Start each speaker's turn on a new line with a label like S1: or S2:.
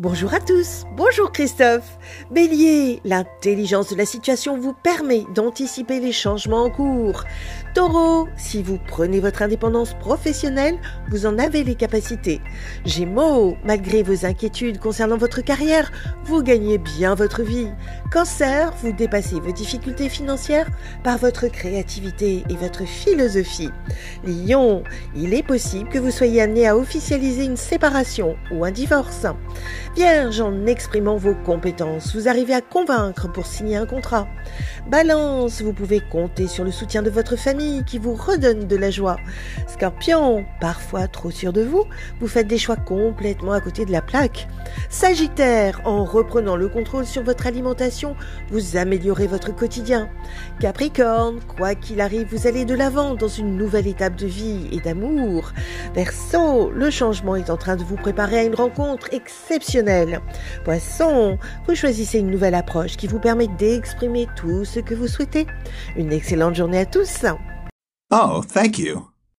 S1: Bonjour à tous, bonjour Christophe. Bélier, l'intelligence de la situation vous permet d'anticiper les changements en cours. Taureau, si vous prenez votre indépendance professionnelle, vous en avez les capacités. Gémeaux, malgré vos inquiétudes concernant votre carrière, vous gagnez bien votre vie. Cancer, vous dépassez vos difficultés financières par votre créativité et votre philosophie. Lion, il est possible que vous soyez amené à officialiser une séparation ou un divorce. Vierge, en exprimant vos compétences, vous arrivez à convaincre pour signer un contrat. Balance, vous pouvez compter sur le soutien de votre famille qui vous redonne de la joie. Scorpion, parfois trop sûr de vous, vous faites des choix complètement à côté de la plaque. Sagittaire, en reprenant le contrôle sur votre alimentation, vous améliorez votre quotidien. Capricorne, quoi qu'il arrive, vous allez de l'avant dans une nouvelle étape de vie et d'amour. Verseau, le changement est en train de vous préparer à une rencontre exceptionnelle Poisson, vous choisissez une nouvelle approche qui vous permet d'exprimer tout ce que vous souhaitez. Une excellente journée à tous.
S2: Oh, thank you.